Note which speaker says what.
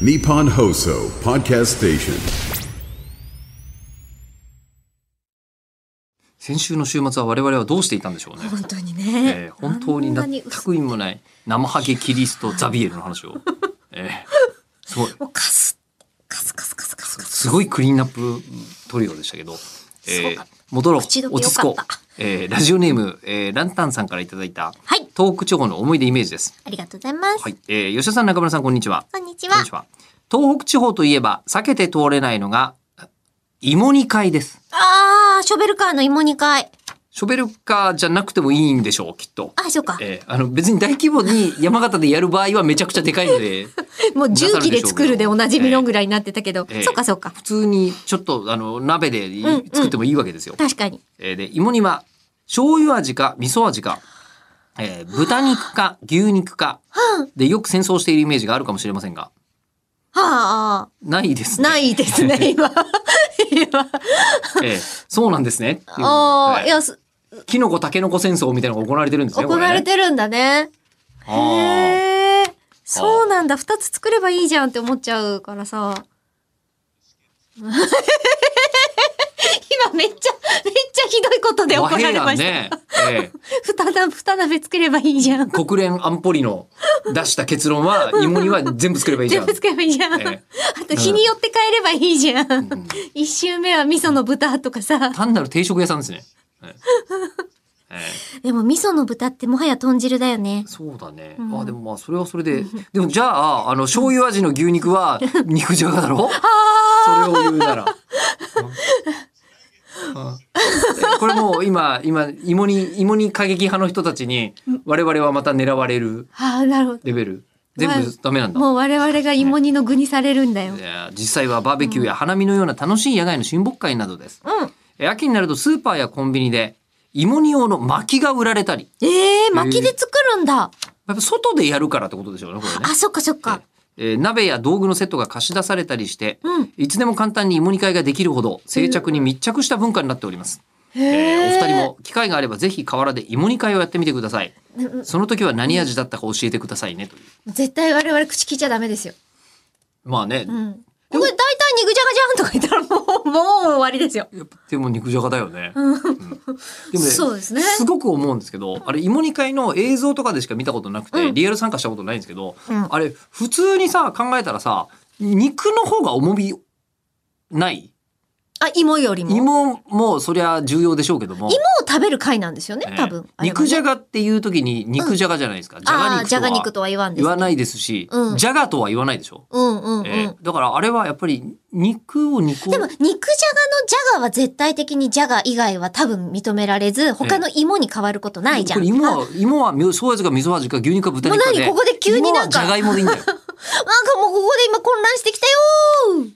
Speaker 1: Nippon Hoso Podcast Station.
Speaker 2: 先週の週末は我々はどうしていたんでしょうね。
Speaker 3: 本当にね、
Speaker 2: えー本当に
Speaker 3: あんな
Speaker 2: 全
Speaker 3: に
Speaker 2: く意味もない生ハゲキリストザビエルの話を、え ーすごい
Speaker 3: もうカスカスカスカスカスカス
Speaker 2: すごいクリーンナップトリオでしたけど、えー戻ろう
Speaker 3: 口どけ
Speaker 2: 落
Speaker 3: よ
Speaker 2: ち着
Speaker 3: か
Speaker 2: こ
Speaker 3: っ
Speaker 2: う
Speaker 3: た、
Speaker 2: えーラジオネーム、えーランタンさんからいただいた、
Speaker 3: はい
Speaker 2: 東北地方の思い出イメージです、
Speaker 3: ありがとうございます、
Speaker 2: はいえー吉田さん中村さんこんにちは
Speaker 3: こんにち
Speaker 2: こん
Speaker 3: は
Speaker 2: にちは東北地方といえば避けて通れないのが芋煮会です
Speaker 3: あーショベルカーの芋煮会
Speaker 2: ショベルカーじゃなくてもいいんでしょうきっと
Speaker 3: あそうか、
Speaker 2: えーあの別に大規模に山形でやる場合はめちゃくちゃでかいの で
Speaker 3: もう重機で作るでおなじみのぐらいになってたけど、
Speaker 2: ええ
Speaker 3: そうかそうか
Speaker 2: 普通にちょっとあの鍋でい
Speaker 3: うんうん
Speaker 2: 作ってもいいわけですよ。
Speaker 3: 確かに
Speaker 2: えーで芋煮は醤油味か味噌味か、えー豚肉か牛肉かでよく戦争しているイメージがあるかもしれませんが
Speaker 3: はあ
Speaker 2: ないですね。
Speaker 3: ないですね今今
Speaker 2: えーそうなんですねっていう。
Speaker 3: あ
Speaker 2: は
Speaker 3: ー
Speaker 2: い
Speaker 3: いやす
Speaker 2: キノコタケノコ戦争みたいなのが行われてるんですね。
Speaker 3: 行われてるんだね
Speaker 2: これね
Speaker 3: へえそうなんだ二つ作ればいいじゃんって思っちゃうからさ 今めっちゃめっちゃひどいことで
Speaker 2: あー
Speaker 3: 怒
Speaker 2: 和
Speaker 3: ら
Speaker 2: 平
Speaker 3: れま
Speaker 2: 案
Speaker 3: した、
Speaker 2: ね、えー
Speaker 3: 二鍋、二鍋作ればいいじゃん。
Speaker 2: 国連安保理の出した結論 は芋煮は全部作ればいいじゃん
Speaker 3: 全部。作ればいいじゃん。
Speaker 2: え
Speaker 3: あと日によって変えればいいじゃん。
Speaker 2: うん
Speaker 3: 一周目は味噌の豚とかさ。
Speaker 2: 単なる定食屋さんです ね。えええ
Speaker 3: でも味噌の豚ってもはや豚汁だよね
Speaker 2: え。そうだね。
Speaker 3: ん
Speaker 2: あでもまあそれはそれで、でもじゃああの醤油味の牛肉 は肉じゃがだろ？それを言うなら。うんうんこれもう今今芋に芋に過激派の人たちに我々はまた狙われる
Speaker 3: ああ、なるほ
Speaker 2: レベル全部ダメなん
Speaker 3: ど。
Speaker 2: だ。
Speaker 3: もう我々が芋煮の具にされるんだよ
Speaker 2: い。や実際はバーベキューや花見のような楽しい野外の親睦会などです。
Speaker 3: うん。
Speaker 2: え秋になるとスーパーやコンビニで芋煮用の薪が売られたり、
Speaker 3: ええ薪で作るんだ。
Speaker 2: やっぱ外でやるからってことでしょうね、これね
Speaker 3: あ、。そっかそっか。
Speaker 2: えー鍋や道具のセットが貸し出されたりして、
Speaker 3: うん
Speaker 2: いつでも簡単に芋煮会ができるほど生着に密着した文化になっております。
Speaker 3: へ
Speaker 2: えーお
Speaker 3: え。
Speaker 2: 二人も機会があればぜひ河原で芋煮会をやってみてください。
Speaker 3: うんうん
Speaker 2: その時は何味だったか教えてくださいねという。
Speaker 3: 絶対我々口聞いちゃダメですよ。
Speaker 2: まあね、
Speaker 3: うん。これ大体肉じゃがじゃんとか言ったらもう、もう終わりですよ。
Speaker 2: やっぱでも肉じゃがだよね。うんでもね
Speaker 3: そうですね
Speaker 2: すごく思うんですけど、あれ、芋煮会の映像とかでしか見たことなくて、
Speaker 3: うん
Speaker 2: リアル参加したことないんですけど、
Speaker 3: うん
Speaker 2: あれ、普通にさ、考えたらさ、肉の方が重みない
Speaker 3: あ、芋よりも。芋を
Speaker 2: 芋もそりゃ重要でしょうけども。
Speaker 3: 食べる回なんですよね
Speaker 2: え、ー
Speaker 3: 多分。
Speaker 2: 肉じゃ
Speaker 3: が。
Speaker 2: がっていう時に肉じゃがじゃないですか。じゃが肉と
Speaker 3: ああ、
Speaker 2: は
Speaker 3: じゃが肉とは言わんです
Speaker 2: 言
Speaker 3: ね。
Speaker 2: わないですし、
Speaker 3: うん
Speaker 2: じゃがとは言わないでしょ。
Speaker 3: うんうんうん。
Speaker 2: えーだからあれはやっぱり肉を肉を。
Speaker 3: でも、肉じゃがのじゃがは絶対的にじゃが以外は多分認められず、他の芋に変わることないじゃ
Speaker 2: こ
Speaker 3: ん。
Speaker 2: れ芋は、芋はみょ醤油味か味噌味か牛肉か豚肉かで。
Speaker 3: もう何ここで急になん
Speaker 2: 芋
Speaker 3: か
Speaker 2: はじゃがいもでいいんだよ。
Speaker 3: あなんかもうここで今混乱してきたよ